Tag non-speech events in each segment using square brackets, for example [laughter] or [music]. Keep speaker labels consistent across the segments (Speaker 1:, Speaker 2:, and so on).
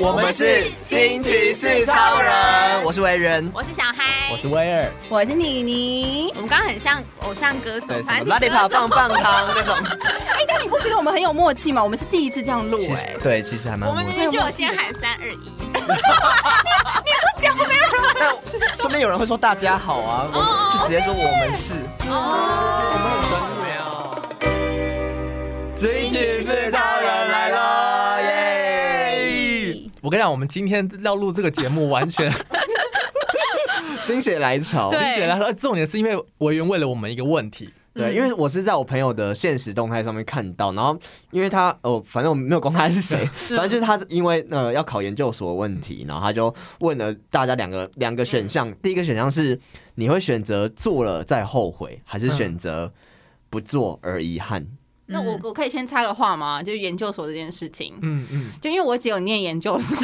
Speaker 1: 我
Speaker 2: 们是惊奇四超人，我是维人，
Speaker 3: 我是小嗨，
Speaker 1: 我是威尔，
Speaker 4: 我是妮妮
Speaker 3: 我。们刚刚很像偶像歌手
Speaker 2: 对，，什
Speaker 3: 反
Speaker 2: 么
Speaker 3: 正
Speaker 2: 拉
Speaker 3: 你
Speaker 2: 力
Speaker 3: 歌手
Speaker 2: 跑棒棒糖那种，
Speaker 4: 哎、但你不觉得我们很有默契吗？我们是第一次这样录
Speaker 2: 其
Speaker 4: 哎、
Speaker 2: 实对，其实还蛮
Speaker 3: 我们
Speaker 2: 默
Speaker 3: 明
Speaker 2: 契
Speaker 3: 明就有先喊三二一，
Speaker 1: [laughs]
Speaker 2: 但说不定有人会说大家好啊，
Speaker 1: 哦
Speaker 2: 我们就直接说我们是，我们很专业哦。惊奇四超人来了，耶！
Speaker 1: 我跟你讲，我们今天要录这个节目，完
Speaker 2: [laughs]
Speaker 1: 全
Speaker 2: 心血来潮，
Speaker 3: 对
Speaker 1: 简单说，重点是因为维园问了我们一个问题，
Speaker 2: 对，因为我是在我朋友的现实动态上面看到，然后因为他哦，反正我没有公开是谁，反正就是他因为呃要考研究所的问题，然后他就问了大家两个两个选项，第一个选项是你会选择做了再后悔，还是选择不做而遗憾？
Speaker 4: 那我我可以先插个话吗？就是研究所这件事情，
Speaker 1: 嗯嗯，
Speaker 4: 就因为我姐有念研究所，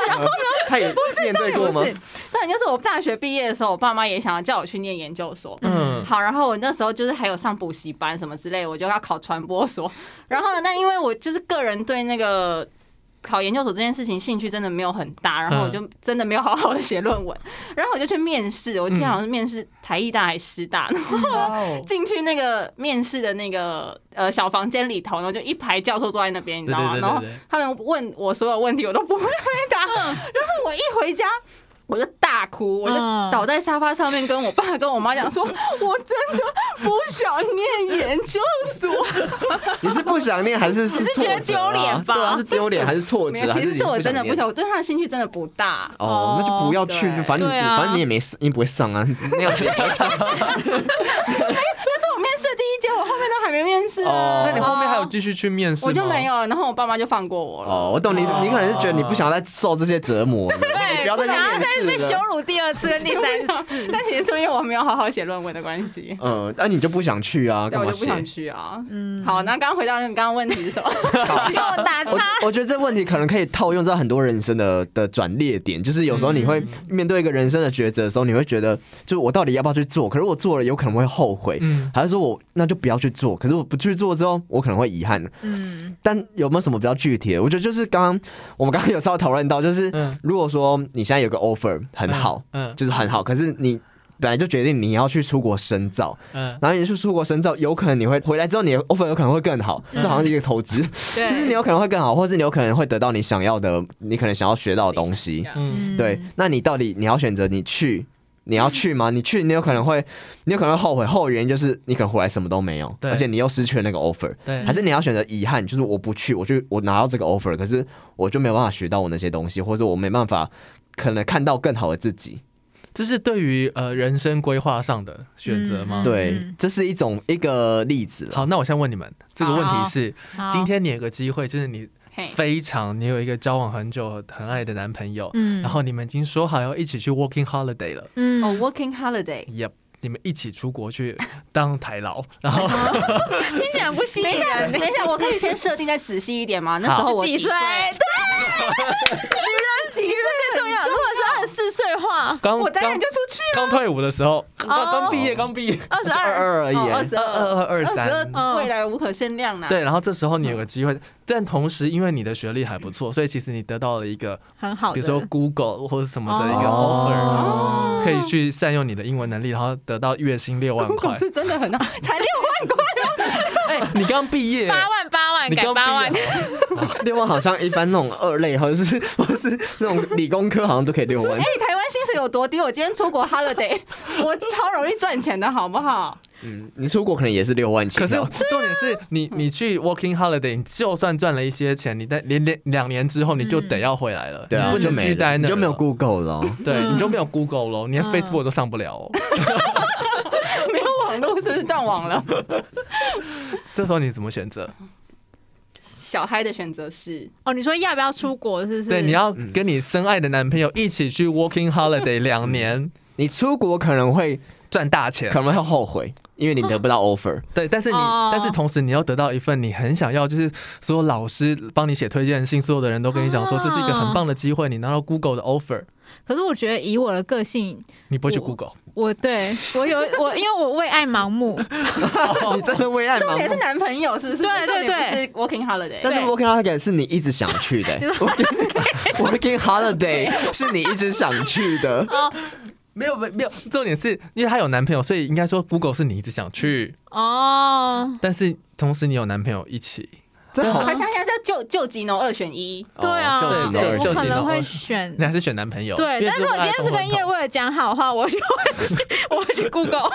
Speaker 4: [laughs]
Speaker 2: 他也面对过吗
Speaker 4: 不？是，重点就是我大学毕业的时候，我爸妈也想要叫我去念研究所。
Speaker 1: 嗯
Speaker 4: 嗯，好，然后我那时候就是还有上补习班什么之类，我就要考传播所。 [laughs] 然后呢，那因为我就是个人对那个。考研究所这件事情兴趣真的没有很大，然后我就真的没有好好的写论文，然后我就去面试，我记得好像是面试台艺大还是师大，然
Speaker 1: 嗯
Speaker 4: 后进去那个面试的那个呃小房间里头，然后就一排教授坐在那边，你知道吗？
Speaker 1: 对对对
Speaker 4: 然后
Speaker 1: 对对
Speaker 4: 他们问我所有问题，我都不会回答。
Speaker 2: 嗯
Speaker 4: 然后我一回家。我就大哭，我就
Speaker 3: 嗯
Speaker 4: 倒在沙发上面，跟我爸跟我妈讲说，我真的不想念研究所。
Speaker 2: 你是不想念还是是
Speaker 3: 你是觉得
Speaker 2: 挫折
Speaker 3: 丢
Speaker 2: 啊
Speaker 3: 脸吧
Speaker 2: 对啊，是丢脸还是挫
Speaker 4: 没
Speaker 2: 折
Speaker 4: 有，？
Speaker 2: 还
Speaker 4: 其实
Speaker 2: 你
Speaker 4: 是我真的
Speaker 2: 不
Speaker 4: 不
Speaker 2: 想念
Speaker 4: 想，我对他的兴趣真的不大。
Speaker 2: 哦，那就不要去，
Speaker 4: 对
Speaker 2: 就反正你
Speaker 3: 对啊
Speaker 2: 反正你也没你不会上啊，那样子也不会上。
Speaker 4: 那是我面试的第一间，我后面都还没面试
Speaker 2: 哦
Speaker 4: 啊。
Speaker 1: 那你后面还有继续去面试吗？
Speaker 4: 我就没有，然后我爸妈就放过我了。
Speaker 2: 哦，我懂你，你可能是觉得你不想再受这些折磨了，你
Speaker 3: 对，
Speaker 2: 不要再
Speaker 3: 想要
Speaker 2: 面
Speaker 3: 再被
Speaker 2: 试
Speaker 3: 羞
Speaker 2: 了。
Speaker 3: 辱第二次跟第三次，
Speaker 4: 但其实是因为我没有好好写论文的关系，
Speaker 2: 嗯，那你就不想去啊？
Speaker 4: 对，
Speaker 2: 干
Speaker 4: 我
Speaker 2: 嘛
Speaker 4: 就不
Speaker 2: 写？
Speaker 4: 想去啊。
Speaker 3: 嗯，
Speaker 4: 好，那刚刚回到那个刚刚问题是
Speaker 1: [laughs]
Speaker 4: 什么？
Speaker 3: 又打
Speaker 2: 我
Speaker 3: 叉，
Speaker 2: 我觉得这问题可能可以套用在很多人生的的转捩点，就是有时候你会
Speaker 4: 嗯
Speaker 2: 面对一个人生的抉择的时候，你会觉得，就是我到底要不要去做？可是我做了，有可能会后悔，
Speaker 1: 嗯
Speaker 2: 还是说我那就不要去做？可是我不去做之后，我可能会遗憾。
Speaker 3: 嗯，
Speaker 2: 但有没有什么比较具体的？我觉得就是刚刚我们刚刚有稍微讨论到，就是
Speaker 1: 嗯
Speaker 2: 如果说你现在有个 offer 很好，
Speaker 1: 嗯
Speaker 2: 就是很好，可是你本来就决定你要去出国深造，
Speaker 1: 嗯，
Speaker 2: 然后你去出国深造，有可能你会回来之后，你的 offer 有可能会更好，这好像是一个投资，
Speaker 3: 对，
Speaker 2: 就是你有可能会更好，或是你有可能会得到你想要的，你可能想要学到的东
Speaker 4: [laughs]
Speaker 2: 西。
Speaker 1: 嗯
Speaker 3: 嗯
Speaker 2: 对，那你到底你要选择你去？你要去吗？你去，你有可能会，你有可能会后悔。后悔原因就是你可能回来什么都没有，
Speaker 1: 对
Speaker 2: 而且你又失去了那个 offer。
Speaker 1: 对
Speaker 2: 还，是你要选择遗憾，就是我不去，我去，我拿到这个 offer，可是我就没有办法学到我那些东西，或者我没办法可能看到更好的自己。
Speaker 1: 这是对于呃人生规划上的选择吗？
Speaker 3: 嗯
Speaker 2: 对，这是一种一个例子了。
Speaker 1: 好，那我先问你们，这个问题是，
Speaker 3: 嗯好哎
Speaker 1: 今天你有个机会，就是你
Speaker 4: 嘿，
Speaker 1: 非常，你有一个交往很久、很爱的男朋友，
Speaker 3: 嗯
Speaker 1: 然后你们已经说好要一起去 working holiday 了
Speaker 3: 嗯
Speaker 4: 哦，working holiday。
Speaker 1: ，Yep，你们一起出国去当台劳，然后
Speaker 3: 听起来很不吸引
Speaker 4: 等一下，
Speaker 3: 人呢
Speaker 4: [laughs] 等一下，我可以先设定再仔细一点吗？那时候我
Speaker 3: 几岁？
Speaker 4: 岁？
Speaker 3: 对，
Speaker 4: 几
Speaker 3: 你是最重要的。如果是二十四岁的话，
Speaker 1: 刚
Speaker 4: 我当然
Speaker 1: 刚
Speaker 4: 就出去
Speaker 1: 刚退伍的时
Speaker 3: 哦
Speaker 1: 候，刚刚毕业，刚毕业，
Speaker 3: 二十
Speaker 2: 二
Speaker 3: 二，
Speaker 2: 二而已
Speaker 4: 了，
Speaker 2: 耶，
Speaker 4: 哦二十
Speaker 1: 哦二
Speaker 4: 二，
Speaker 1: 二二
Speaker 4: 二
Speaker 1: 三
Speaker 4: 十。
Speaker 3: 嗯
Speaker 4: 二，未来无可限量
Speaker 2: 啊
Speaker 4: 啦。 [laughs]
Speaker 1: 对，然后这时候你有个机会，但同时因为你的学历还不错，所以其实你得到了一个，
Speaker 3: 很好的，
Speaker 1: 比如说 Google 或者什么的一个
Speaker 2: 哦
Speaker 3: 哦
Speaker 1: offer，可以去善用你的英文能力，然后得到月薪六万
Speaker 3: [laughs]
Speaker 4: ，Google
Speaker 1: 块。
Speaker 4: 是真的很好， [laughs] 才六万块，
Speaker 1: 哎，你刚毕业，
Speaker 3: 八万八万
Speaker 1: 你
Speaker 3: 改
Speaker 1: 刚
Speaker 3: 八万
Speaker 1: 毕，业，
Speaker 4: [laughs] 哎
Speaker 2: 六哦万好像一般那种二类，或者是或者是那种理工科好像都可以六万。
Speaker 4: 哎，台湾薪水有多低？我今天出国 holiday，我 [laughs] 超容易赚钱的，好不好？
Speaker 2: 嗯，你出 [laughs] 国可能也是六万起
Speaker 1: 可是
Speaker 2: 跳。
Speaker 1: [laughs] 重点是你，你去 working holiday，你就算赚了一些钱，你在连连两年之后，你就得要回来了，
Speaker 2: 对啊，
Speaker 1: 你不
Speaker 2: 就
Speaker 1: 能
Speaker 2: 没
Speaker 1: 去待
Speaker 2: 了，
Speaker 1: 那，
Speaker 2: 你就没有，Google 了哦。
Speaker 3: 嗯
Speaker 1: 对，你就没有 Google 咯，你连 Facebook 都上不了
Speaker 3: [laughs]
Speaker 1: 哦。
Speaker 4: [laughs] 没有网络是不是断网了？
Speaker 1: 这时候你怎么选择？
Speaker 4: [laughs] 小嗨的选择是，
Speaker 3: 哦，你说要不要出国？是不是？
Speaker 1: 对，你要
Speaker 3: [laughs]
Speaker 2: 嗯
Speaker 1: 跟你深爱的男朋友一起去 working holiday 两年，
Speaker 2: 你出国可能会
Speaker 1: 赚大钱，
Speaker 2: 可能会后悔，因为你得不
Speaker 4: [laughs]
Speaker 2: 到 offer。
Speaker 1: 对，但是你，
Speaker 3: 哦
Speaker 1: 但是同时你要得到一份你很想要，就是所有老师帮你写推荐信，所有的人都跟你讲说
Speaker 3: 啊
Speaker 1: 这是一个很棒的机会，你拿到 Google 的 offer，
Speaker 5: 可是我觉得以我的个性，
Speaker 1: 你不会去
Speaker 5: 我
Speaker 1: Google，
Speaker 5: 我对我有我，因为我为爱盲目，
Speaker 2: 你真的为爱
Speaker 4: 哦重
Speaker 2: 盲
Speaker 4: 点是
Speaker 2: 目。
Speaker 4: 男朋友是不是？
Speaker 5: 对对对
Speaker 4: 重点不是 working holiday。
Speaker 2: 但是 working holiday 是你一直想去
Speaker 4: [laughs]
Speaker 2: 的，working [laughs] working holiday 是你一直想去的。
Speaker 4: 哦
Speaker 1: 没有没有没有，重点是因为她有男朋友，所以应该说 Google 是你一直想去，
Speaker 5: 嗯哦，
Speaker 1: 但是同时你有男朋友一起，
Speaker 2: 这好
Speaker 4: 我，想想是要救救急农二选一，
Speaker 5: 对啊，
Speaker 1: 就
Speaker 2: 哦就
Speaker 1: 急
Speaker 2: 几年
Speaker 1: 对
Speaker 2: 而已
Speaker 1: 就急
Speaker 5: 我可
Speaker 1: 急
Speaker 5: 能
Speaker 1: 脑
Speaker 5: 会
Speaker 1: 二
Speaker 5: 选
Speaker 1: 你还是选男朋友。
Speaker 5: 对，
Speaker 1: 因为
Speaker 5: 但是我
Speaker 1: 爱
Speaker 5: 今天是
Speaker 1: 冲昏
Speaker 5: 跟叶
Speaker 1: 头
Speaker 5: 问讲好话，我就会去， [laughs] 我会去 Google。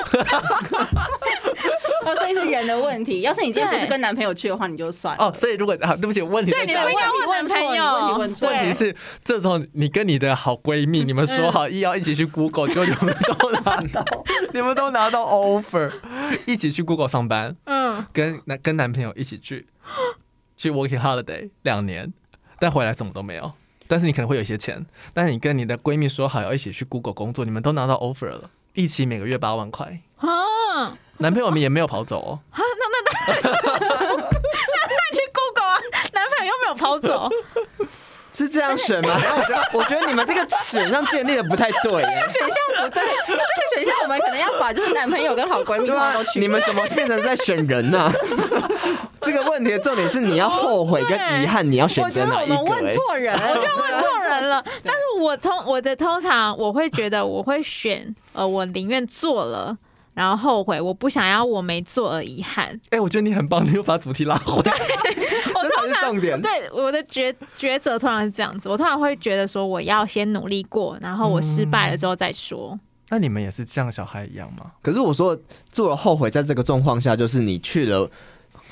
Speaker 4: 哦，所以是人的问 [laughs] 题。要是你今天不
Speaker 5: 对
Speaker 4: 是跟男朋友去的话，你就算了。
Speaker 1: 哦，所以如果啊，对不起，问题
Speaker 5: 所以
Speaker 1: 在
Speaker 5: 你
Speaker 1: 这
Speaker 5: 们
Speaker 1: 里
Speaker 5: 应该问男朋
Speaker 4: 你问题问
Speaker 5: 友，
Speaker 4: 错了
Speaker 1: 问题
Speaker 5: 对，嗯
Speaker 1: 是，这时候你跟你的好闺蜜，你们说好一要一起去 Google，结果你们都拿到， [laughs] 你们都拿到 offer，一起去 Google 上班，
Speaker 5: 嗯，
Speaker 1: 跟男跟男朋友一起去去 working holiday 两年，但回来什么都没有。但是你可能会有一些钱，但是你跟你的闺蜜说好要一起去 Google 工作，你们都拿到 offer 了，一起每个月八万块，
Speaker 5: 啊，
Speaker 1: 男朋友们也没有跑走哦。
Speaker 5: [laughs] 那去 Google 啊，男朋友又没有跑走，
Speaker 2: 是这样选吗？ [laughs] 然后我觉得，我觉得你们这个选项建立的不太对耶。
Speaker 4: 选项不对，这个选项我们可能要把就是男朋友跟好闺蜜
Speaker 2: 对
Speaker 4: 通
Speaker 2: 啊
Speaker 4: 通都，去。
Speaker 2: 你们怎么变成在选人
Speaker 4: [laughs]
Speaker 2: 呢、这个问题的重点是你要后悔跟遗憾，你要选
Speaker 4: 我觉
Speaker 2: 择
Speaker 4: 得
Speaker 2: 哪
Speaker 4: 我
Speaker 2: 一个、
Speaker 4: 们问
Speaker 2: 哎
Speaker 4: 错人，我觉得
Speaker 5: 问错人了。但是我通我的通常我会觉得我会选，呃，我宁愿做了。然后后悔，我不想要我没做而遗憾。
Speaker 1: 哎、我觉得你很棒，你又把主题拉回来。 [laughs]
Speaker 5: 我
Speaker 2: 欸这才是重点。
Speaker 5: 对我的抉抉择通常是这样子，我通常会觉得说我要先努力过，然后我失败了之后再说。
Speaker 1: 那你们也是像小孩一样吗？
Speaker 2: 可是我说做了后悔，在这个状况下，就是你去了。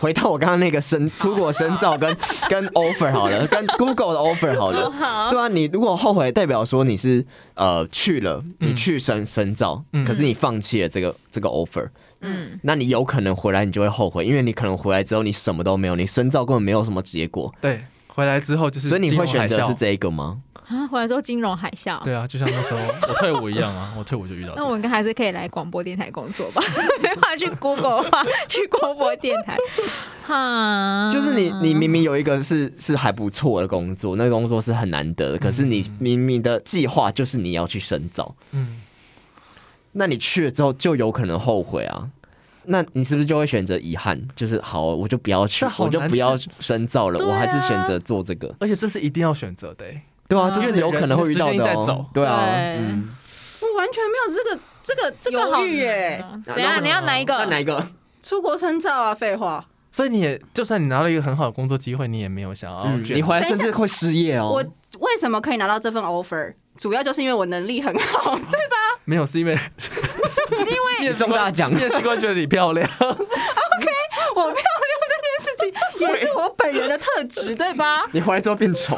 Speaker 2: 回到我刚刚那个深出国深造跟 [laughs] 跟 offer 好了，跟 Google 的 offer 好
Speaker 4: [laughs]
Speaker 2: 了，
Speaker 5: 好，
Speaker 2: 对啊，你如果后悔，代表说你是呃去了，
Speaker 1: 嗯
Speaker 2: 你去深深造，
Speaker 1: 嗯
Speaker 2: 可是你放弃了这个这个 offer，
Speaker 5: 嗯，
Speaker 2: 那你有可能回来你就会后悔，因为你可能回来之后你什么都没有，你深造根本没有什么结果，
Speaker 1: 对，回来之后就是，
Speaker 2: 所以你会选择是。这一个吗？
Speaker 5: 啊，回来之后金融海啸。
Speaker 1: 对啊，就像那时候我退伍一样啊，我退伍就遇到这
Speaker 5: 那
Speaker 1: 个。
Speaker 5: 我应该还是可以来广播电台工作吧？没办法去 Google 的话，去广播电台。哈，
Speaker 2: 就是你，你明明有一个是是还不错的工作，那个工作是很难得的，可是你明明的计划就是你要去深造，
Speaker 1: 嗯，
Speaker 2: 那你去了之后就有可能后悔啊。那你是不是就会选择遗憾？就是好，我就不要去
Speaker 1: 这，好
Speaker 2: 我
Speaker 1: 难
Speaker 2: 就不要深造了，
Speaker 5: 对啊
Speaker 2: 我还是选择做这个。
Speaker 1: 而且这是一定要选择的欸、
Speaker 2: 对啊，
Speaker 5: 嗯
Speaker 2: 这是有可能会遇到
Speaker 1: 因为
Speaker 2: 的
Speaker 1: 时间一直在
Speaker 2: 哦
Speaker 1: 走。
Speaker 2: 对啊，
Speaker 5: 对
Speaker 2: 嗯，
Speaker 4: 我完全没有这个这个
Speaker 5: 这
Speaker 4: 这
Speaker 5: 个好
Speaker 4: 犹豫
Speaker 5: 难
Speaker 4: 耶，
Speaker 5: 哦
Speaker 2: 那
Speaker 5: 怎样？
Speaker 2: 那
Speaker 5: 你要哪一个？
Speaker 2: 那哪一个？
Speaker 1: 哦
Speaker 4: 出国深造啊，废话。
Speaker 1: 所以你也就算你拿到一个很好的工作机会，你也没有想要
Speaker 2: 嗯
Speaker 1: 卷
Speaker 2: 你回来甚至会失业
Speaker 4: 我
Speaker 2: 哦。
Speaker 4: 为什么可以拿到这份 offer？主要就是因为我能力
Speaker 2: [laughs]
Speaker 4: 很好，对吧？
Speaker 1: 没有，是因为
Speaker 5: 是因为
Speaker 2: 面中大奖
Speaker 1: 面试官觉得你漂亮，
Speaker 4: 我漂亮这件事情也是我本人的特质，对吧？
Speaker 2: 你回来之后变丑，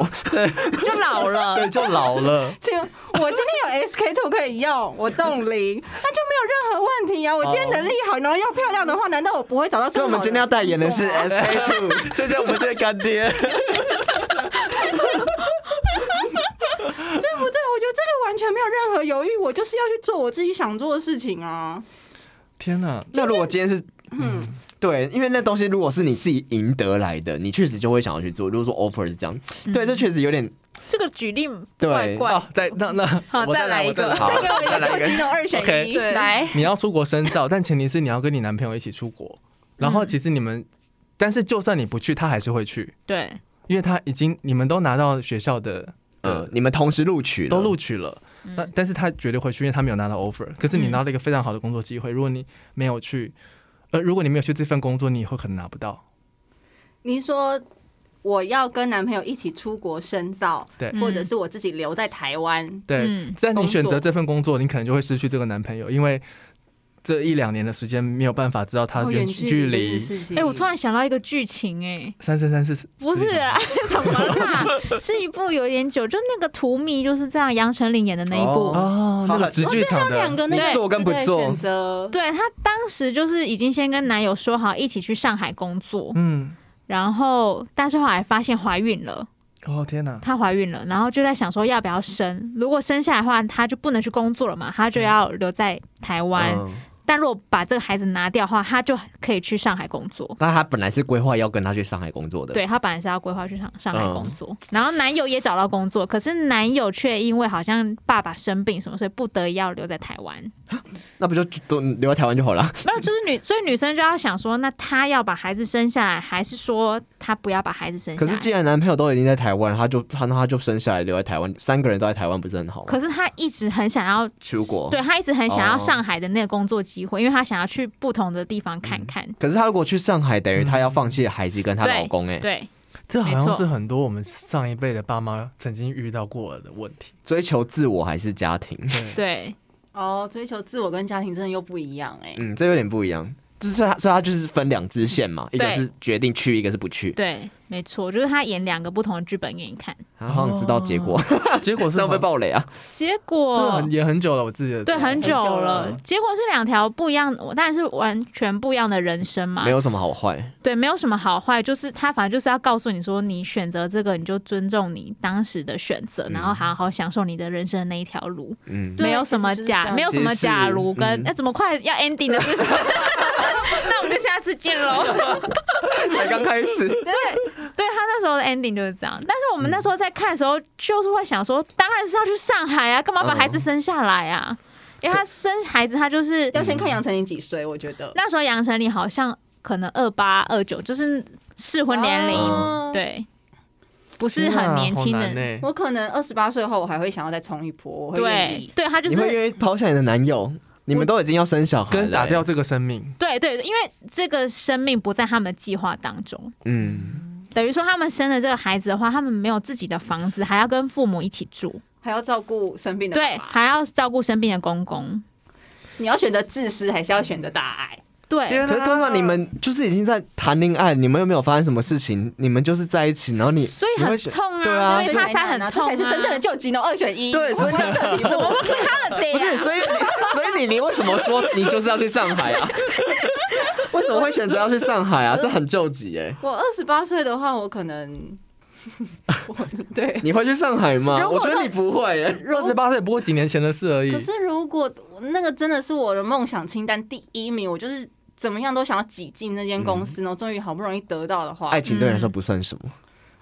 Speaker 5: 就老
Speaker 2: [laughs]
Speaker 5: 了，
Speaker 1: 对，就老了。
Speaker 4: 请我今天有 SK two 可以用，我冻龄，那就没有任何问题啊！我今天能力好，然后又漂亮的话，难道我不会找到更好的？
Speaker 2: 所以我们今天要代言的是 S K Two。
Speaker 1: 谢谢我们这些干爹。
Speaker 4: 对不对？我觉得这个完全没有任何犹豫，我就是要去做我自己想做的事情啊！
Speaker 1: 天哪，
Speaker 2: 那如果今天是，嗯，对，因为那东西如果是你自己赢得来的，你确实就会想要去做。如果说 offer 是这样，对，这确实有点
Speaker 5: 这个举例怪
Speaker 2: 对
Speaker 5: 怪。
Speaker 1: 哦，再那那
Speaker 5: 好
Speaker 1: 我
Speaker 5: 再来
Speaker 1: 来
Speaker 5: 一个
Speaker 1: 我再来
Speaker 2: 好
Speaker 4: 这个我
Speaker 1: 再
Speaker 4: 们
Speaker 1: 来
Speaker 4: 就
Speaker 1: 一个
Speaker 4: 只有二选
Speaker 1: OK
Speaker 4: 一，
Speaker 5: 对
Speaker 4: 来，
Speaker 1: 你要出国深造，但前提是你要跟你男朋友一起出国。然后其实你们，但是就算你不去，他还是会去，
Speaker 5: 对，
Speaker 1: 因为他已经你们都拿到学校的
Speaker 2: 呃
Speaker 1: 的，
Speaker 2: 你们同时录取了
Speaker 1: 嗯都录取了，但但是他绝对会去，因为他没有拿到 offer。可是你
Speaker 5: 嗯
Speaker 1: 拿到了一个非常好的工作机会，如果你没有去，呃，如果你没有去这份工作，你以后可能拿不到。
Speaker 4: 你说我要跟男朋友一起出国深造，
Speaker 1: 对
Speaker 4: 或者是我自己留在台湾，
Speaker 1: 对，
Speaker 5: 嗯
Speaker 1: 但你选
Speaker 4: 工
Speaker 1: 择
Speaker 4: 作
Speaker 1: 这份工作，你可能就会失去这个男朋友，因为这一两年的时间没有办法知道他
Speaker 4: 哦
Speaker 1: 远距离。
Speaker 5: 哎、我突然想到一个剧情、哎，
Speaker 1: 三三三四
Speaker 5: 不是啊 [laughs] 什么
Speaker 2: [laughs]
Speaker 5: 啦，是一部有点久，就那个荼蘼就是这样，杨丞琳演的那一部。
Speaker 2: 哦
Speaker 1: 哦，那
Speaker 2: 好
Speaker 1: 个直剧场的
Speaker 4: 啊两个那
Speaker 5: 对
Speaker 4: 个
Speaker 2: 嗯做跟不做
Speaker 4: 对选择，
Speaker 5: 对她当时就是已经先跟男友说好一起去上海工作，
Speaker 1: 嗯，
Speaker 5: 然后但是后来发现怀孕了，
Speaker 1: 哦天哪，
Speaker 5: 她怀孕了，然后就在想说要不要生。如果生下来的话，她就不能去工作了嘛，她就要留在台湾。
Speaker 2: 嗯
Speaker 5: 但如果把这个孩子拿掉的话，她就可以去上海工作。
Speaker 2: 但他本来是规划要跟他去上海工作的，，
Speaker 5: 对她本来是要规划去上上海
Speaker 2: 嗯
Speaker 5: 工作，然后男友也找到工作，可是男友却因为好像爸爸生病什么，所以不得已要留在台湾。
Speaker 2: 那不就都留在台湾就好了？
Speaker 5: 没有，就是女，所以女生就要想说，那她要把孩子生下来，还是说她不要把孩子生下
Speaker 2: 可
Speaker 5: 来？
Speaker 2: 是既然男朋友都已经在台湾，他就他那他就生下来留在台湾，三个人都在台湾不是很好吗？
Speaker 5: 可是她一直很想要，
Speaker 2: 出国，
Speaker 5: 对她一直很想要
Speaker 2: 哦
Speaker 5: 上海的那个工作机会，因为她想要去不同的地方看看。
Speaker 2: 可是他如果去上海，等于他要放弃孩子跟她
Speaker 5: 对
Speaker 2: 老公哎、
Speaker 5: 对，
Speaker 1: 这好
Speaker 5: 没
Speaker 1: 像
Speaker 5: 错
Speaker 1: 是很多我们上一辈的爸妈曾经遇到过的问题。
Speaker 2: 追求自我还是家庭？
Speaker 1: 对，
Speaker 5: 对，
Speaker 4: 哦，追求自我跟家庭真的又不一样哎、
Speaker 2: 嗯，这有点不一样。就是所以他，所以他就是分两支线嘛，一个
Speaker 5: 对
Speaker 2: 是决定去，一个是不去。
Speaker 5: 对，没错，就是她演两个不同的剧本给你看，
Speaker 2: 他好像知道结果，
Speaker 5: 哦
Speaker 1: 结果
Speaker 2: [laughs] 这
Speaker 1: 是
Speaker 2: 样会被
Speaker 1: 爆，
Speaker 2: 暴雷啊！
Speaker 5: 结
Speaker 1: 这
Speaker 5: 果
Speaker 1: 很。也很久了，我自己的
Speaker 5: 哦对，很久
Speaker 4: 很久
Speaker 5: 了
Speaker 4: 了，
Speaker 5: 结果是两条不一样，但是完全不一样的人生嘛。
Speaker 2: 没有什么好坏，
Speaker 5: 对，没有什么好坏，就是他反正就是要告诉你说，你选择这个，你就尊重你当时的选择，然后好好享受你的人生的那一条路，
Speaker 2: 嗯，
Speaker 4: 嗯对啊
Speaker 5: 没有什么
Speaker 4: 其实就是这
Speaker 5: 假，
Speaker 4: 样
Speaker 5: 没有什么假如跟
Speaker 2: 其实是嗯
Speaker 5: 那、怎么快要 ending 了，是不是？ [laughs] 那我们就下次见喽。
Speaker 2: 才刚开始，
Speaker 5: 对他那时候的 ending 就是这样，但是我们那时候在看的时候，就是会想说，当然是要去上海啊，干嘛
Speaker 4: 嗯
Speaker 5: 把孩子生下来啊？因为他生孩子，他就是
Speaker 4: 要先看
Speaker 2: 嗯
Speaker 4: 杨丞琳几岁，我觉得
Speaker 5: 那时候杨丞琳好像可能二八二九，就是适婚年龄。
Speaker 2: 嗯
Speaker 4: 哦，
Speaker 5: 对，不是很年轻的，
Speaker 2: 啊
Speaker 1: 呢。
Speaker 4: 我可能二十八岁后，我还会想要再冲一波，我会愿
Speaker 5: 对
Speaker 4: 意。
Speaker 5: 对，他就
Speaker 2: 欸你会因
Speaker 5: 是
Speaker 2: 为抛下你的男友，你们都已经要生小孩了、欸嗯
Speaker 1: 跟打掉，这个生命，
Speaker 5: 对对，因为这个生命不在他们的计划当中，
Speaker 2: 嗯，
Speaker 5: 等于说他们生了这个孩子的话，他们没有自己的房子，还要跟父母一起住，
Speaker 4: 还要照顾生病的爸
Speaker 5: 对，
Speaker 4: 爸
Speaker 5: 还要照顾生病的公公，
Speaker 4: 你要选择自私，还是要选择大爱？
Speaker 5: 对。
Speaker 1: 天
Speaker 2: 可是通常你们就是已经在谈恋爱，你们又没有发生什么事情，你们就是在一起，然后你
Speaker 5: 所以
Speaker 2: 你
Speaker 5: 很
Speaker 2: 会选
Speaker 5: 痛啊，
Speaker 2: 对啊
Speaker 5: 所以他才很痛、啊，
Speaker 4: 这才是真正的救急呢，二选一。
Speaker 2: 对
Speaker 4: 我
Speaker 2: 所
Speaker 4: 们
Speaker 2: 以
Speaker 4: 设计是我们可以
Speaker 5: 啊
Speaker 2: 不是，所以你所以你你为什么说你就是要去上海啊？ [laughs] 为什么会选择要去上海啊？这很救急哎、
Speaker 4: 我二十八岁的话，我可
Speaker 2: [laughs]
Speaker 4: 能，我对。
Speaker 2: 你会去上海吗？
Speaker 4: 如
Speaker 2: 我
Speaker 4: 果
Speaker 2: 觉得
Speaker 4: 说
Speaker 2: 你不会哎、
Speaker 1: 二十八岁不过几年前的事而已
Speaker 4: 可。是如果那个真的是我的梦想清单第一名，我就是怎么样都想要挤进那间公
Speaker 2: 嗯
Speaker 4: 司，然后终于好不容易得到的话，
Speaker 2: 爱情对你来说不算什么，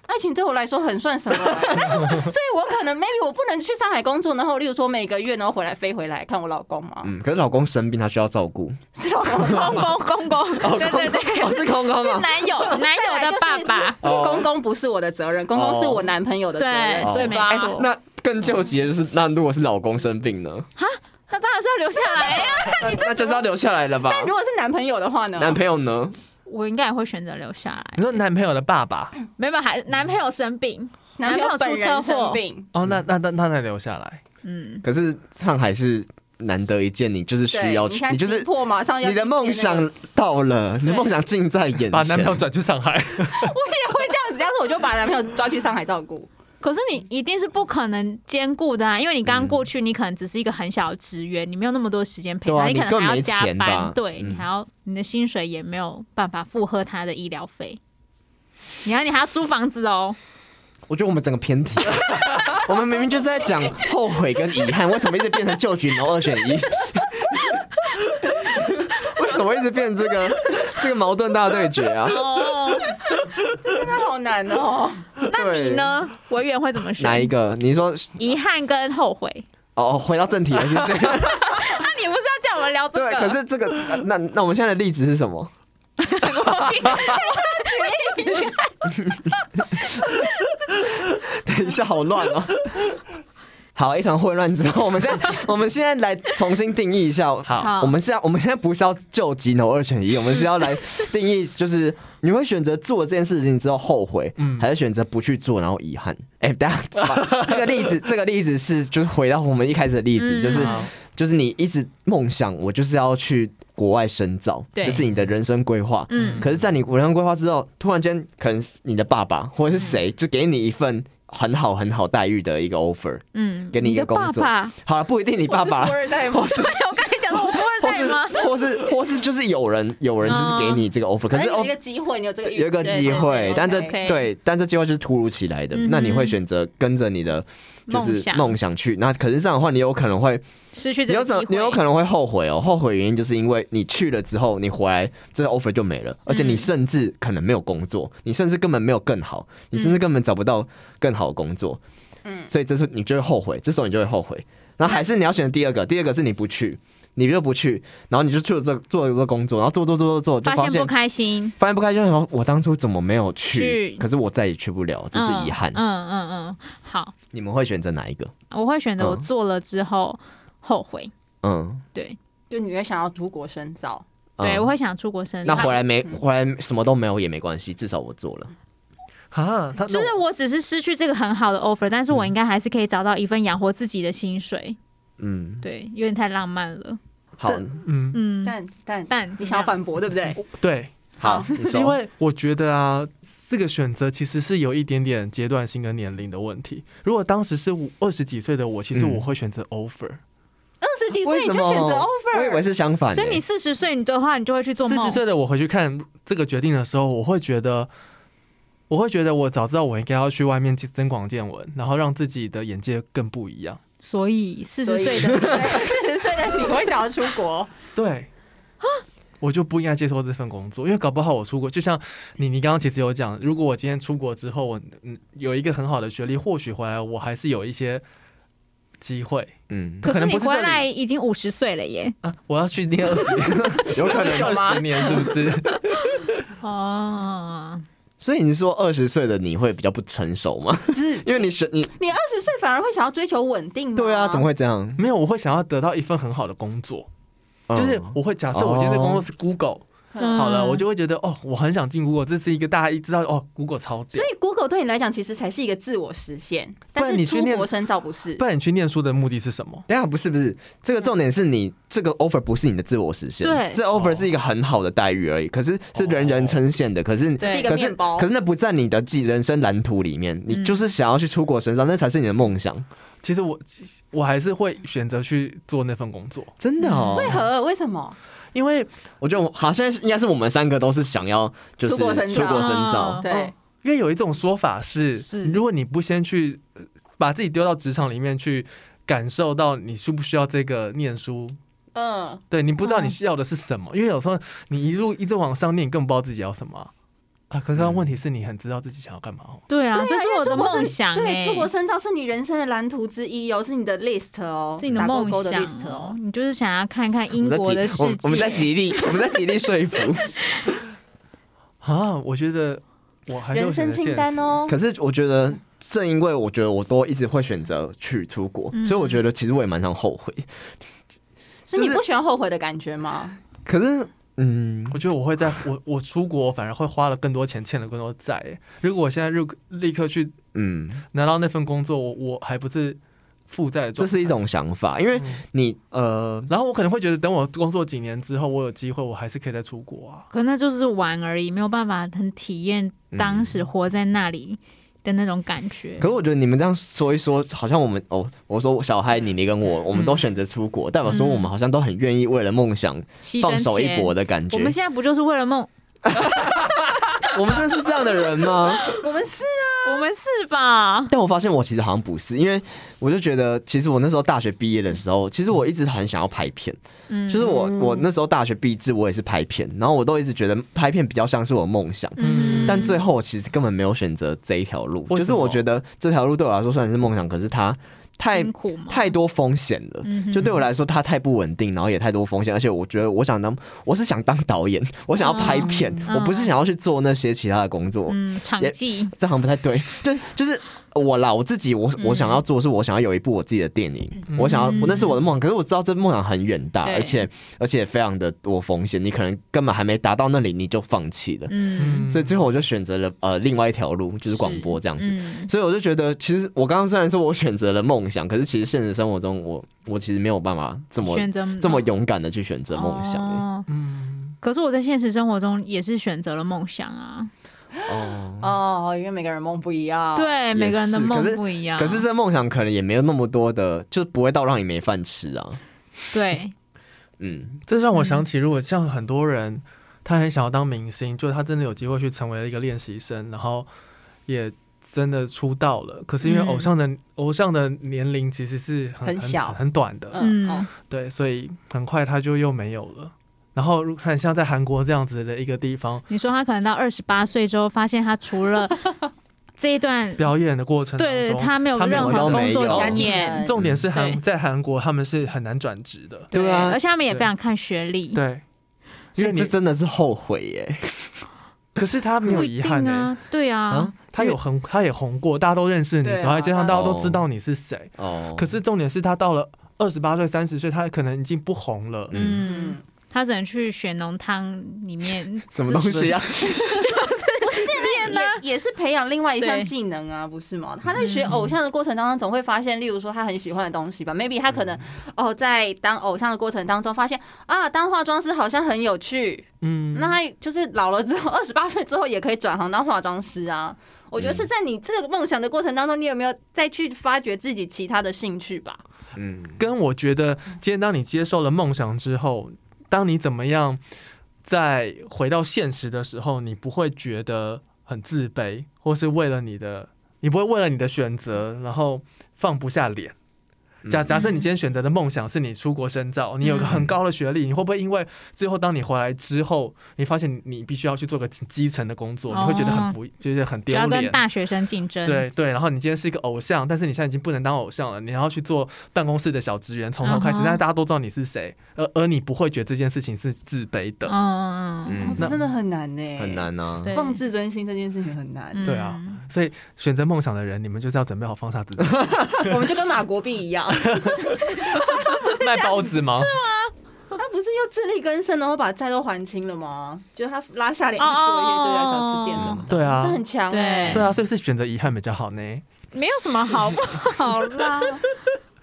Speaker 4: 爱情对我来说很算什么啊？所以我可能 maybe 我不能去上海工作，然后例如说每个月然后回来飞回来看我老公嘛，
Speaker 2: 嗯，可是老公生病，他需要照顾，
Speaker 4: 是老公
Speaker 5: 公公公 [laughs] 公，对对对，
Speaker 2: 哦，是空空
Speaker 5: 是
Speaker 2: 啊，
Speaker 5: 男
Speaker 4: [laughs]
Speaker 5: 友男友的爸爸，
Speaker 2: 哦
Speaker 4: 公公不是我的责任，公公是我男朋友的责任，
Speaker 5: 对
Speaker 4: 对
Speaker 5: 是
Speaker 4: 吧
Speaker 2: 哎
Speaker 5: 没？错
Speaker 2: 那更救急的就是，那如果是老公生病呢？
Speaker 5: 那当然是要留下来啊呀、
Speaker 2: 那那就是要留下来了吧？
Speaker 4: 但如果是男朋友的话呢？
Speaker 2: 男朋友呢？
Speaker 5: [laughs] 我应该也会选择留下来
Speaker 2: 嗯
Speaker 1: 你，说男朋友的爸爸
Speaker 5: 没有还男朋友生病，
Speaker 4: 男朋友本人
Speaker 5: 男朋友出车
Speaker 4: 生
Speaker 5: 祸
Speaker 4: 病，
Speaker 1: 哦，
Speaker 2: 嗯
Speaker 1: 那那那那再留下来，
Speaker 5: 嗯，
Speaker 2: 可是上海是难得一见，你就是需
Speaker 4: 对，
Speaker 2: 要
Speaker 4: 你
Speaker 2: 去，
Speaker 4: 看
Speaker 2: 你就是
Speaker 4: 急迫马上要
Speaker 2: 你的梦
Speaker 4: 去见那个
Speaker 2: 想到了，你的梦想近在眼
Speaker 1: 把男朋友
Speaker 2: 前。
Speaker 1: 转去上海。
Speaker 4: 也会这样子，这样子我就把男朋友抓去上海
Speaker 2: [laughs]
Speaker 4: 照顾。
Speaker 5: 可是你一定是不可能兼顾的啊，因为你刚过去，你可能只是一个很小的职员，你没有那么多时间陪
Speaker 2: 对
Speaker 5: 他，
Speaker 2: 啊
Speaker 5: 可
Speaker 2: 你
Speaker 5: 能
Speaker 2: 更
Speaker 5: 还
Speaker 2: 没
Speaker 5: 要加
Speaker 2: 钱吧
Speaker 5: 班，对
Speaker 2: 嗯
Speaker 5: 你还要你的薪水也没有办法负荷他的医疗费，你要你还要租房子
Speaker 2: [laughs]
Speaker 5: 哦，
Speaker 2: 我觉得我们整个偏题，
Speaker 4: [laughs]
Speaker 2: 我们明明就是在讲后悔跟遗憾，为什么一直变成旧局然后二选一？ [laughs] 为什么一直变成这个这个矛盾大对决啊？
Speaker 5: 哦，
Speaker 4: 真的好难哦。
Speaker 5: 那你
Speaker 2: 对？
Speaker 5: 呢？委员会怎么
Speaker 2: 哪一
Speaker 5: 选？
Speaker 2: 个？你说
Speaker 5: 遗憾跟后悔？
Speaker 2: 哦，回到正题了，是不是？
Speaker 5: 那你不是要叫我们聊这个？
Speaker 2: 对，可是这个呃那那我们现在的例子是什么？等一下，好乱哦。好，一团混乱之后，我们现
Speaker 5: [laughs]
Speaker 2: 在我们现在来重新定义一下。
Speaker 1: 好
Speaker 2: 我们是要我们现在不是要救急能二选一，我们是
Speaker 5: [laughs]
Speaker 2: 要来定义，就是你会选择做这件事情之后后悔，
Speaker 5: 嗯
Speaker 2: 还是选择不去做然后遗憾？哎、大
Speaker 5: [laughs]
Speaker 2: 家这个例子，这个例子是就是回到我们一开始的例子，
Speaker 5: 嗯
Speaker 2: 就是
Speaker 1: 好
Speaker 2: 就是你一直梦想，我就是要去国外深造，
Speaker 5: 对
Speaker 2: 这是你的人生规划。
Speaker 5: 嗯，
Speaker 2: 可是，在你人生规划之后，突然间可能是你的爸爸或者是谁，就给你一份很好很好待遇的一个 offer，
Speaker 5: 嗯，
Speaker 2: 给你一个
Speaker 5: 的爸
Speaker 2: 工作
Speaker 5: 爸， [laughs]
Speaker 2: 好了，不一定你爸爸
Speaker 4: 我是富
Speaker 2: 啦，
Speaker 4: 二代吗？
Speaker 5: 对，我刚才讲的我不
Speaker 2: 或
Speaker 5: 二代对吗？
Speaker 2: 或是或是就是有人有人就是给你这个 offer，可是
Speaker 4: 有
Speaker 2: o
Speaker 4: 一个机会，你有这个
Speaker 2: 哦有一个机会，但这
Speaker 5: OK
Speaker 2: 对，但这机会就是突如其来的。那你会选择跟着你的就是
Speaker 5: 梦想
Speaker 2: 梦想去？那可是这样的话，你有可能会，
Speaker 5: 失去
Speaker 2: 你
Speaker 5: 这
Speaker 2: 有
Speaker 5: 个
Speaker 2: 可
Speaker 5: 机会，
Speaker 2: 能你有可能会后悔哦。后悔原因就是因为你去了之后，你回来这个 offer 就没了，而且
Speaker 5: 嗯
Speaker 2: 你甚至可能没有工作，你甚至根本没有更好，你甚
Speaker 5: 嗯
Speaker 2: 至根本找不到更好的工作。
Speaker 4: 嗯
Speaker 2: 所以这时候你就会后悔，这时候你就会后悔。然后还是你要选第二个，第二个是你不去，你就不去，然后你就去了这做了这工作，然后做做做做做，就
Speaker 5: 发
Speaker 2: 发
Speaker 5: 现
Speaker 2: 现
Speaker 5: 不开心，
Speaker 2: 发现不开心，然后我当初怎么没有去？
Speaker 5: 去
Speaker 2: 可是我再也去不了，这是遗憾。
Speaker 5: 嗯嗯嗯，好，
Speaker 2: 你们会选择哪一个？
Speaker 5: 我会选择我
Speaker 2: 嗯
Speaker 5: 做了之后后悔，
Speaker 2: 嗯，
Speaker 5: 对
Speaker 4: 就你会想要出国深造，
Speaker 5: 对，
Speaker 2: 嗯
Speaker 5: 我会想出国深
Speaker 2: 那
Speaker 5: 造。
Speaker 2: 回来没回来什么都没有也没关系，至少我做了。
Speaker 1: 啊，他
Speaker 5: 就是我只是失去这个很好的 offer，但是
Speaker 1: 嗯
Speaker 5: 我应该还是可以找到一份养活自己的薪水。
Speaker 2: 嗯，
Speaker 5: 对，有点太浪漫了。
Speaker 2: 好
Speaker 1: 嗯，
Speaker 5: 嗯，
Speaker 4: 但
Speaker 5: [laughs]
Speaker 4: 但
Speaker 5: 但
Speaker 4: 你想要反驳对不
Speaker 5: [laughs]
Speaker 4: 对？
Speaker 1: 对，
Speaker 2: 好，你说
Speaker 1: 因为我觉得啊，这个选择其实是有一点点阶段性跟年龄的问题。如果当时是五二十几岁的我，其实
Speaker 2: 嗯
Speaker 1: 我会选择 offer。
Speaker 4: 二十几
Speaker 2: 为
Speaker 4: 岁你
Speaker 2: 什
Speaker 4: 就
Speaker 2: 么
Speaker 4: 选择
Speaker 2: 我以
Speaker 4: offer，
Speaker 2: 为是相反欸、
Speaker 5: 所以你四十岁你的话，你就会去做
Speaker 1: 四
Speaker 5: 梦
Speaker 1: 十。岁的我回去看这个决定的时候，我会觉得，我会觉得我早知道我应该要去外面增广见闻，然后让自己的眼界更不一样。
Speaker 5: 所以四
Speaker 4: 所
Speaker 5: 十
Speaker 4: 以
Speaker 5: 岁
Speaker 1: [laughs]
Speaker 5: 的
Speaker 4: [laughs] 四十岁的你会想要出国，
Speaker 1: 对。我就不应该接受这份工作，因为搞不好我出国，就像你你刚刚其实有讲，如果我今天出国之后，我嗯有一个很好的学历，或许回来我还是有一些机会
Speaker 2: 嗯，
Speaker 5: 可
Speaker 1: 可
Speaker 5: 是
Speaker 1: 能
Speaker 5: 你
Speaker 1: 不是
Speaker 5: 回
Speaker 1: 这里
Speaker 5: 来已经五十岁了耶。
Speaker 1: 啊。我要去第二十
Speaker 2: 有可能。
Speaker 1: 二十年是不是？
Speaker 5: 哦，
Speaker 2: 所以你说二十岁的你会比较不成熟吗？ [laughs] 因为你选你
Speaker 4: [laughs] 你二十岁反而会想要追求稳定吗？
Speaker 2: 对啊，怎么会这样？
Speaker 1: 没有，我会想要得到一份很好的工作，
Speaker 2: 嗯哦
Speaker 1: 就是我会假设我今天的工作是 Google，、
Speaker 5: 嗯
Speaker 1: 好了，我就会觉得哦，我很想进 Google，这是一个大家一知道哦，Google 超屌
Speaker 4: 所。以 Google 对你来讲其实才是一个自我实现，
Speaker 1: 不
Speaker 4: 但
Speaker 1: 然
Speaker 4: 是
Speaker 1: 你去
Speaker 4: 出
Speaker 1: 念
Speaker 4: 国深造不是
Speaker 1: 不。然你去念书的目的是什么？
Speaker 2: 等一下不是不是，这个重点是你这个 offer 不是你的自我实现，
Speaker 5: 对
Speaker 2: 这 offer 是一个很好的待遇而已，可是是人人称羡的，可是
Speaker 4: 只是哦一个
Speaker 2: 可是
Speaker 4: 面包嗯
Speaker 2: 可是那不在你的自己人生蓝图里面，你就是想要去出国深造，那才是你的梦想，
Speaker 1: 其实我我还是会选择去做那份工作，
Speaker 2: 真的哦。
Speaker 4: 为何？为什么？
Speaker 1: 因为
Speaker 2: 我觉得我好像是应该是我们三个都是想要就是
Speaker 4: 出国深造
Speaker 2: 出国深造
Speaker 5: 嗯
Speaker 4: 对，
Speaker 1: 哦因为有一种说法是，
Speaker 5: 是
Speaker 1: 如果你不先去呃把自己丢到职场里面去。感受到你需不需要这个念书？
Speaker 4: 嗯，
Speaker 1: 对你不知道
Speaker 5: 嗯
Speaker 1: 你需要的是什么，因为有时候你一路一直往上念，你根本不知道自己要什么啊。啊可是问题是你很知道自己想要干嘛哦。
Speaker 5: 对啊
Speaker 4: 对，啊
Speaker 5: 这是
Speaker 4: 因为
Speaker 5: 我的
Speaker 4: 出国深
Speaker 5: 梦想
Speaker 4: 对，
Speaker 5: 哎，
Speaker 4: 出国深造是你人生的蓝图之一哦，是你的 list 哦，
Speaker 5: 是你的
Speaker 4: 打勾
Speaker 5: 梦
Speaker 4: 勾的
Speaker 5: 想
Speaker 4: list 哦
Speaker 5: 哦。。你就是想要看看英
Speaker 2: 我们在
Speaker 5: 国的
Speaker 2: 极
Speaker 5: 世
Speaker 2: 我我们在
Speaker 5: 界。[laughs]
Speaker 2: 极力，我们在极力说服。
Speaker 1: 啊，我觉得我还是
Speaker 4: 人
Speaker 1: 会选
Speaker 4: 生
Speaker 1: 择现
Speaker 4: 清
Speaker 1: 实
Speaker 4: 单。哦，
Speaker 2: [laughs] 可是我觉得，正因为我觉得我都一直会选择去出国，
Speaker 5: 嗯
Speaker 2: 所以我觉得其实我也蛮常后悔。
Speaker 4: 所以你
Speaker 2: 就是
Speaker 4: 不喜欢后悔的感觉吗？
Speaker 2: 可是，嗯，
Speaker 1: 我觉得我会在我我出国，反而会花了更多钱，欠了更多债。欸如果我现在立立刻去
Speaker 2: 嗯，
Speaker 1: 拿到那份工作，我我还不是负债的状态
Speaker 2: 这是一。种想法，
Speaker 5: 嗯
Speaker 2: 因为你呃，
Speaker 1: 然后我可能会觉得，等我工作几年之后，我有机会，我还是可以再出国啊。
Speaker 5: 可那就是玩而已，没有办法很体验当时活在那里的那种感觉。
Speaker 2: 嗯可是我觉得你们这样说一说，好像我们哦，我说小嗨、你你跟
Speaker 5: 嗯
Speaker 2: 我，我们都选择出国，代表说我们好像都很愿意为了梦想
Speaker 5: 牺
Speaker 2: 放手
Speaker 5: 牲
Speaker 2: 一
Speaker 5: 钱，
Speaker 2: 搏的感觉
Speaker 5: 我。们现在不就是为了梦？
Speaker 2: 我们真的是这样的人吗？
Speaker 4: 我们是
Speaker 5: 我们是吧？
Speaker 2: 但我发现我其实好像不是，因为我就觉得，其实我那时候大学毕业的时候，其实我一直很想要拍片。
Speaker 5: 嗯，
Speaker 2: 就是我我那时候大学毕制，我也是拍片，然后我都一直觉得拍片比较像是我梦想。
Speaker 1: 嗯
Speaker 2: 但最后我其实根本没有选择这一条路，
Speaker 1: 为什么
Speaker 2: 就是我觉得这条路对我来说虽然是梦想，可是它太
Speaker 5: 嗯辛苦嘛，
Speaker 2: 太多风险了。
Speaker 5: 嗯哼
Speaker 2: 就对我来说，它太不稳定，然后也太多风险，而且我觉得我想当，我是想当导演，我想要拍片，
Speaker 5: 嗯
Speaker 2: 我不是想要去做那些其他的工作。
Speaker 5: 嗯场
Speaker 2: 也
Speaker 5: 记，
Speaker 2: 这好像不太 [laughs] 对，就就是我啦，我自己我我想要做的是，我想要有一部我自己的电影，
Speaker 1: 嗯
Speaker 2: 我想要
Speaker 5: 嗯
Speaker 2: 我那是我的梦想，可是我知道这梦想很远大，
Speaker 5: 对
Speaker 2: 而且而且非常的多风险，你可能根本还没达到那里你就放弃了，
Speaker 5: 嗯，
Speaker 2: 所以最后我就选择了呃另外一条路，就是广播这样子。
Speaker 5: 嗯
Speaker 2: 所以我就觉得，其实我刚刚虽然说我选择了梦想，可是其实现实生活中我，我其实没有办法这么
Speaker 5: 选择
Speaker 2: 这么勇敢的去选择梦想、欸。
Speaker 5: 哦
Speaker 1: 嗯，
Speaker 5: 可是我在现实生活中也是选择了梦想啊，
Speaker 2: 哦，
Speaker 4: 哦，因为每个人梦不一样。，
Speaker 5: 对，每个人的
Speaker 2: 也是
Speaker 5: 梦
Speaker 2: 可是
Speaker 5: 不一样。
Speaker 2: 可是这梦想可能也没有那么多的，就不会到让你没饭吃啊。
Speaker 5: 对，
Speaker 2: 嗯，
Speaker 1: 这让我想起，如果像很多人，他很想要当明星，就他真的有机会去成为一个练习生，然后也真的出道了。可是因为
Speaker 5: 嗯
Speaker 1: 偶像的、偶像的年龄其实是很
Speaker 4: 很小
Speaker 1: 很短的，
Speaker 4: 嗯，
Speaker 5: 嗯
Speaker 4: 哦
Speaker 1: 对，所以很快他就又没有了。然后如看像在韩国这样子的一个地方，
Speaker 5: 你说他可能到二十八岁之后，发现他除
Speaker 1: [laughs]
Speaker 5: 了这一段，
Speaker 1: 表演的过程当
Speaker 5: 对对，
Speaker 1: 中，
Speaker 5: 他没有
Speaker 1: 他
Speaker 5: 任
Speaker 2: 什么都
Speaker 5: 何工
Speaker 2: 没
Speaker 5: 作
Speaker 2: 有
Speaker 5: 经验，
Speaker 4: 嗯
Speaker 1: 重点是韩
Speaker 5: 对
Speaker 1: 在韩国他们是很难转职的，
Speaker 2: 对啊
Speaker 4: 嗯
Speaker 5: 而且他们也
Speaker 1: 对
Speaker 5: 非常看学历，
Speaker 1: 对。因为
Speaker 2: 所以
Speaker 1: 你
Speaker 2: 这，真的是后悔耶。
Speaker 1: 可是他没有
Speaker 5: 不
Speaker 1: 遗
Speaker 5: 一
Speaker 1: 憾欸
Speaker 5: 定
Speaker 1: 呢、
Speaker 5: 啊，对啊
Speaker 2: 啊，
Speaker 1: 他有红，他也红过，大家都认识你，
Speaker 4: 对啊
Speaker 1: 走在街上大家都
Speaker 2: 哦
Speaker 1: 知道你是谁。
Speaker 2: 哦，
Speaker 1: 可是重点是他到了二十八岁、三十岁，他可能已经不红了。
Speaker 5: 嗯
Speaker 4: 嗯。，
Speaker 5: 他只能去血浓汤
Speaker 1: [laughs]
Speaker 5: 里面
Speaker 2: 什么东西啊？
Speaker 4: 也也是培养另外一项
Speaker 5: 对
Speaker 4: 技能啊，不是吗？他在学偶像的过程当中，总会发现，例如说他很喜欢的东西吧。maybe 他可能哦，在当偶像的过程当中，发现啊，当化妆师好像很有趣。
Speaker 1: 嗯，
Speaker 4: 那他就是老了之后， [laughs] 二十八岁之后也可以转行当化妆师啊。我觉得是在你这个梦想的过程当中，你有没有再去发掘自己其他的兴趣吧？
Speaker 2: 嗯，
Speaker 1: 跟我觉得，今天当你接受了梦想之后，当你怎么样再回到现实的时候，你不会觉得很自卑，或是为了你的，你不会为了你的选择然后放不下脸。
Speaker 2: 嗯
Speaker 1: 假假设你今天选择的梦想是你出国深造，你有个很高的学历，你会不会因为最后当你回来之后，你发现你必须要去做个基层的工作，你会觉得很不，就是很
Speaker 5: 就
Speaker 1: 丢
Speaker 5: 要
Speaker 1: 脸
Speaker 5: 跟。大学生竞争，
Speaker 1: 对对，然后你今天是一个偶像，但是你现在已经不能当偶像了，你要去做办公室的小职员，从头开始
Speaker 5: 嗯哼
Speaker 1: 但是大家都知道你是谁，而而你不会觉得这件事情是自卑的。
Speaker 5: 嗯，嗯
Speaker 4: 哦
Speaker 2: 嗯
Speaker 4: 这真的很难呢、
Speaker 2: 很。难啊。
Speaker 5: 对
Speaker 4: 放自尊心这件事情很难，
Speaker 5: 嗯，
Speaker 1: 对啊所以选择梦想的人，你们就是要准备好放下自己。
Speaker 4: [laughs] 我们就跟马国碧一样，
Speaker 1: 卖包子吗？
Speaker 4: [laughs] 他不是又自力更生，然后把债都还清了吗？就是他拉下脸去
Speaker 5: 哦
Speaker 4: 做乐队啊、小吃店什么的，
Speaker 1: 对啊
Speaker 4: 这，很强哎、
Speaker 1: 对啊，所以是选择遗憾比较好呢。
Speaker 5: 没有什么好不好
Speaker 1: [laughs]
Speaker 5: 啦。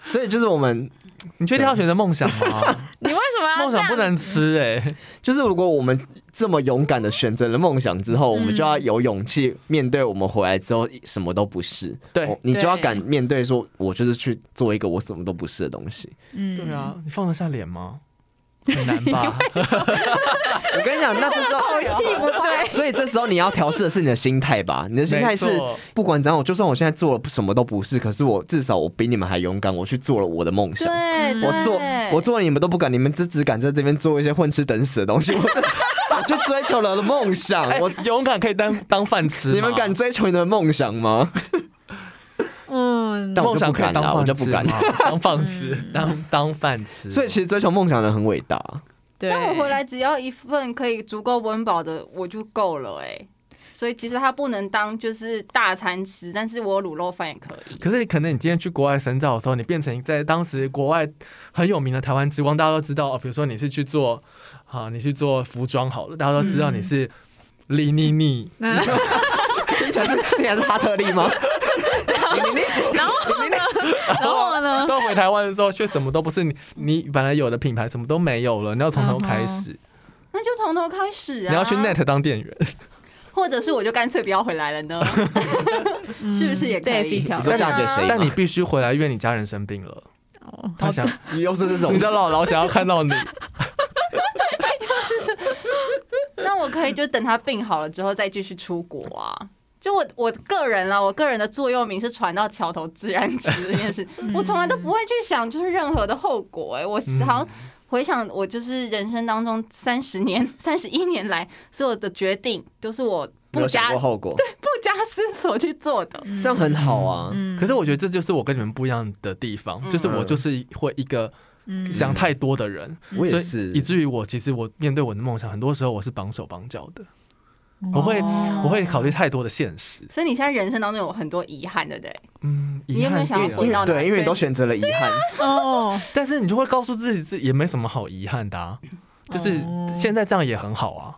Speaker 2: 所以就是我们，
Speaker 1: 你确定要选择梦想吗？
Speaker 5: 你为什么要
Speaker 1: 梦想
Speaker 5: 这
Speaker 1: 不
Speaker 5: 样
Speaker 1: 能吃哎、
Speaker 2: 就是如果我们这么勇敢的选择了梦想之后，我们就要有勇气面对我们回来之后什么都不是。
Speaker 1: 对
Speaker 2: 我你就要
Speaker 5: 对
Speaker 2: 敢面对，说我就是去做一个我什么都不是的东西。
Speaker 5: 嗯，
Speaker 1: 对啊，你放得下脸吗？很难
Speaker 2: [laughs]
Speaker 1: 吧？
Speaker 2: [laughs] 我跟你讲，那这时候
Speaker 5: 口气不对，
Speaker 2: 所以这时候你要调试的是你的心态吧，你的心态
Speaker 1: 没
Speaker 2: 是
Speaker 1: 错
Speaker 2: 不管怎样，我就算我现在做了什么都不是，可是我至少我比你们还勇敢，我去做了我的梦想。
Speaker 4: [laughs] 对，
Speaker 2: 我做
Speaker 4: 对
Speaker 2: 我做了你们都不敢，你们只只敢在这边做一些混吃等死的东西。我我去追求了我的梦想，
Speaker 1: 哎
Speaker 2: 我
Speaker 1: 勇敢可以当当饭吃吗，
Speaker 2: 你们敢追求你的梦想吗？
Speaker 5: 嗯，
Speaker 2: 但我
Speaker 1: 梦
Speaker 2: 就
Speaker 1: 想
Speaker 2: 不
Speaker 1: 可以
Speaker 2: 敢
Speaker 1: 当
Speaker 2: 啦，我
Speaker 1: 饭
Speaker 2: 就不
Speaker 1: 吃
Speaker 2: 敢。
Speaker 1: 吗，当饭吃，当当饭吃。
Speaker 2: 所以其实追求梦想的人很伟大，
Speaker 5: 对。
Speaker 4: 但我回
Speaker 5: [laughs]
Speaker 4: 来只要一份可以足够温饱的，我就够了哎、所以其实他不能当就是大餐吃，但是我有卤肉饭也可以。
Speaker 1: 可是可能你今天去国外深造的时候，你变成在当时国外很有名的台湾之光，大家都知道。哦比如说你是去做啊，你去做服装好了，大家都知道你是李妮妮，
Speaker 5: 嗯
Speaker 2: 听起来是听起来是哈特利吗？你你
Speaker 5: 然后呢？
Speaker 1: [laughs]
Speaker 5: 然后呢？
Speaker 1: 到回台湾的时候却什么都不是你，你本来有的品牌什么都没有了，你要从
Speaker 5: 嗯
Speaker 1: 头开始，
Speaker 4: 那就从头开始啊！
Speaker 1: 你要去 Net 当店员，
Speaker 4: 或者是我就干脆不要回来了呢？
Speaker 5: 嗯
Speaker 4: 是不是也可以
Speaker 5: 这也是一条
Speaker 2: 你？说嫁
Speaker 4: 啊
Speaker 2: 给谁吗？
Speaker 1: 但你必须回来，因为你家人生病了，
Speaker 5: 哦
Speaker 1: 他想
Speaker 2: 你又是这种
Speaker 1: 你的姥姥想要看到
Speaker 4: [laughs]
Speaker 1: 你，
Speaker 4: 嗯 [laughs] 那我可以就等他病好了之后再继续出国啊。就我我个人啦，我个人的座右铭是船到桥头自然直这件事，我从来都不会去想就是任何的后果、欸。哎，我
Speaker 1: 嗯
Speaker 4: 好像回想我就是人生当中三十年、 [laughs] 三十一年来所有的决定，都是我
Speaker 2: 没
Speaker 4: 不
Speaker 2: 有想
Speaker 4: 加
Speaker 2: 过后果，
Speaker 4: 不加思索去做的。
Speaker 2: 这样很好啊。
Speaker 5: 嗯
Speaker 1: 可是我觉得这就是我跟你们不一样的地方，
Speaker 4: 嗯
Speaker 1: 就是我就是会一个
Speaker 5: 嗯
Speaker 1: 想太多的人，
Speaker 2: 嗯我也
Speaker 1: 所
Speaker 2: 是
Speaker 1: 以以至于我其实我面对我的梦想，很多时候我是绑手绑脚的，我会
Speaker 5: 哦
Speaker 1: 我会考虑太多的现实。
Speaker 4: 所以你现在人生当中有很多遗憾，对不对？
Speaker 1: 嗯，
Speaker 4: 你有没有
Speaker 1: 遗憾是
Speaker 4: 想要回到哪
Speaker 2: 对，因为你都选择了遗憾，
Speaker 5: 哦，
Speaker 1: 但是你就会告诉自己，自己也没什么好遗憾的、
Speaker 4: 哦
Speaker 1: 啊，就是现在这样也很好啊。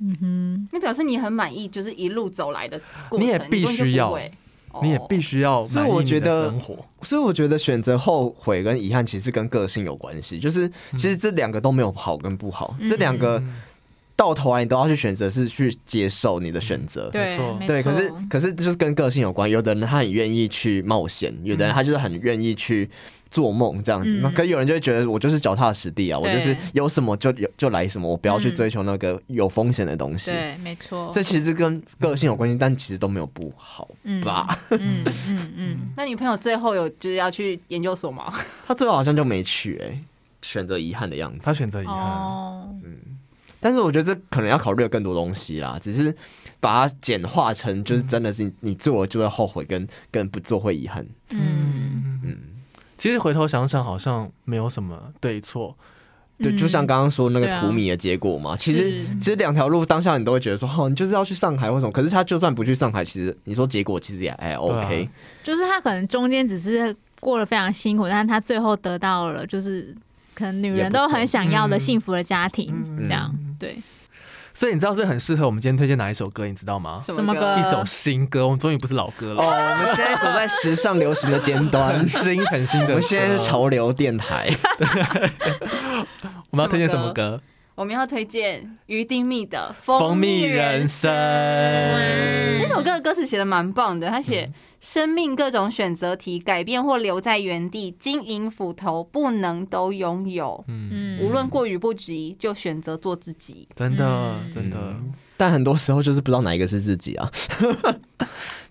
Speaker 5: 嗯
Speaker 4: [laughs]
Speaker 5: 哼，
Speaker 4: 那表示你很满意，就是一路走来的过程，
Speaker 1: 你也必须要
Speaker 4: 哦
Speaker 1: 你也必
Speaker 4: 须
Speaker 1: 须要
Speaker 2: 所以
Speaker 1: 满意
Speaker 2: 我
Speaker 1: 你
Speaker 2: 觉
Speaker 1: 的
Speaker 2: 得
Speaker 1: 生活，
Speaker 2: 所以我觉得选择后悔跟遗憾其实跟个性有关系，就是其实这两个都没有好跟不好，这两个到头来你都要去选择，是去接受你的选择。
Speaker 1: 没错
Speaker 5: 对没
Speaker 2: 对，可是
Speaker 5: 错
Speaker 2: 可是就是跟个性有关，有的人他很愿意去冒险，有的人他就是很愿意去做梦这样子。
Speaker 5: 嗯
Speaker 2: 那可有人就会觉得我就是脚踏实地啊，我
Speaker 5: 对
Speaker 2: 就是有什么就有就来什么，我不要去
Speaker 5: 嗯
Speaker 2: 追求那个有风险的东西。
Speaker 5: 对，没错，
Speaker 2: 这其实跟个性有关系，但其实都没有不好
Speaker 5: 嗯
Speaker 2: 吧？
Speaker 5: 嗯嗯嗯，
Speaker 4: 那你朋友最后有就是要去研究所吗？
Speaker 2: 他最后好像就没去、哎，选择遗憾的样子。
Speaker 1: 他选择遗憾，
Speaker 5: 哦，
Speaker 2: 但是我觉得这可能要考虑的更多东西啦，只是把它简化成就是
Speaker 5: 嗯
Speaker 2: 真的是你你做了就会后悔，跟跟不做会遗憾。
Speaker 5: 嗯，
Speaker 2: 嗯，
Speaker 1: 其实回头想想，好像没有什么对错，
Speaker 2: 对，
Speaker 5: 嗯
Speaker 2: 就像刚刚说那个
Speaker 5: 对啊
Speaker 2: 图米的结果嘛，其实
Speaker 5: 是
Speaker 2: 其实两条路当下你都会觉得说，哦，你就是要去上海或什么，可是他就算不去上海，其实你说结果其实也哎 OK，
Speaker 5: 嗯就是他可能中间只是过得非常辛苦，但是他最后得到了就是可能女人都很想要的幸福的家庭
Speaker 1: 嗯，
Speaker 5: 这样对，
Speaker 1: 所以你知道这很适合我们今天推荐哪一首歌，你知道吗？
Speaker 5: 什么歌
Speaker 1: 一首新歌，我们终于不是老歌
Speaker 2: 哦，
Speaker 1: 了，
Speaker 2: 我们现在走在时尚流行的尖端
Speaker 1: 呃 [laughs] 很，新很新的
Speaker 2: 我
Speaker 1: 歌。
Speaker 2: 们现在是潮流电台，
Speaker 1: 我们要推荐什么
Speaker 4: 什么
Speaker 1: 歌？
Speaker 4: 我们要推荐于丁密的《
Speaker 1: 《蜂蜜
Speaker 4: 蜜
Speaker 1: 人
Speaker 4: 人
Speaker 1: 生》。
Speaker 4: 这首歌的歌词写的蛮棒的，他写生命各种选择题，改变或留在原地，金银斧头不能都拥有，
Speaker 1: 嗯，
Speaker 5: 嗯，
Speaker 4: 无论过与不及，就选择做自己。
Speaker 1: 真的
Speaker 5: 嗯
Speaker 1: 真的，
Speaker 2: 但很多时候就是不知道哪一个是自己啊。 [laughs]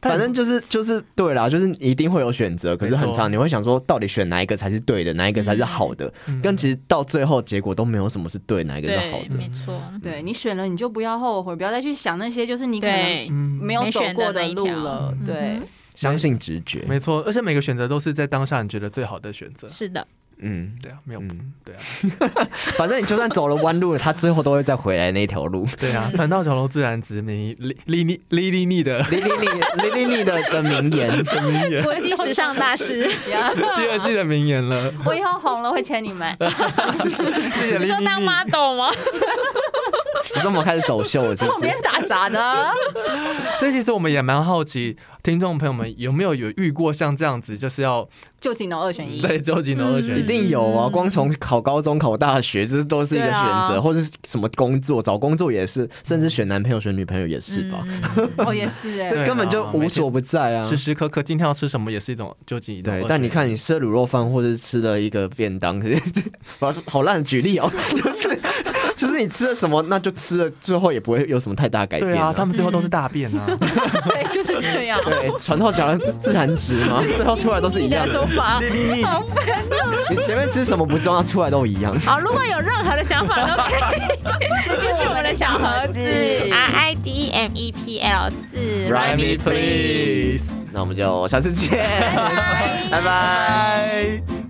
Speaker 2: 反正就是就是对啦，就是一定会有选择，可是很长你会想说，到底选哪一个才是对的，哪一个才是好的？跟其实到最后结果都没有什么是对，哪一个是好
Speaker 5: 对，
Speaker 2: 的。
Speaker 5: 没错，
Speaker 4: 对你选了，你就不要后悔，不要再去想那些就是你可能
Speaker 5: 对，
Speaker 1: 嗯，
Speaker 4: 没有
Speaker 5: 没
Speaker 4: 走
Speaker 5: 选的
Speaker 4: 过
Speaker 5: 那
Speaker 4: 的
Speaker 5: 一
Speaker 4: 路
Speaker 5: 条
Speaker 4: 了。嗯对，
Speaker 2: 相信直觉，
Speaker 1: 没错，而且每个选择都是在当下你觉得最好的选择。
Speaker 5: 是的，
Speaker 2: 嗯，
Speaker 1: 对啊，没有
Speaker 2: 嗯，
Speaker 1: 对啊，
Speaker 2: 反正你就算走了弯路了，他最后都会再回来那条
Speaker 4: [laughs]
Speaker 2: 路。
Speaker 1: 对啊， [laughs] 船到桥头自然直，你利利利利利利 [laughs] 的
Speaker 2: 李李李李李的的名言，
Speaker 1: 名言，
Speaker 5: 国际时尚大师，
Speaker 4: 呀
Speaker 1: 第二季的名言 [laughs] 了。
Speaker 4: 我以后红了会签你 [laughs] 们。
Speaker 1: 谢谢
Speaker 5: 你
Speaker 1: 利
Speaker 5: 说
Speaker 1: 利
Speaker 5: 当
Speaker 1: 利。
Speaker 5: model 吗？
Speaker 2: 你说我们开始走秀了是
Speaker 4: 后
Speaker 2: 不是
Speaker 4: 面？打杂的，
Speaker 1: 所以其实我们也蛮好奇，听众朋友们有没有有遇过像这样子，就是要
Speaker 4: 就只能二选一。
Speaker 1: 在究竟的二选
Speaker 2: 一
Speaker 1: 一。
Speaker 2: 定有啊！光从考高中、考大学，这都是一个
Speaker 4: 嗯对
Speaker 2: 选
Speaker 4: 啊
Speaker 2: 择，或者是什么工作，找工作也是，甚至选男朋友、选女朋友也是吧。
Speaker 5: 嗯？
Speaker 4: 哦，也是哎、
Speaker 1: 对啊
Speaker 2: 这根本就无所不在啊
Speaker 1: 时！时刻刻今天要吃什么也是一种究竟一种二选
Speaker 2: 对
Speaker 1: 一。，
Speaker 2: 但你看，你吃了卤肉饭，或者是吃了一个便当， [laughs] 可是哇好烂的举例哦， [laughs] 就是就是你吃了什么，那就吃了，最后也不会有什么太大改变、
Speaker 1: 对啊，他
Speaker 2: 对
Speaker 1: 们最后都是大便啊。
Speaker 4: 对，就是这样。
Speaker 2: 船头讲的自然值
Speaker 5: [laughs]
Speaker 2: 嘛，最后出来都是一
Speaker 5: 你的
Speaker 2: 样
Speaker 5: 说 [laughs] 法。
Speaker 1: 利利，
Speaker 2: 你前面吃什么不重要，出来都一样。
Speaker 5: 好，如果有任何的想法都可 [laughs] 以私信我们的小 [laughs] 盒子 R I D E M E P L 四
Speaker 2: Write me
Speaker 1: please。
Speaker 2: 那我们就下次见，拜拜。
Speaker 1: 拜。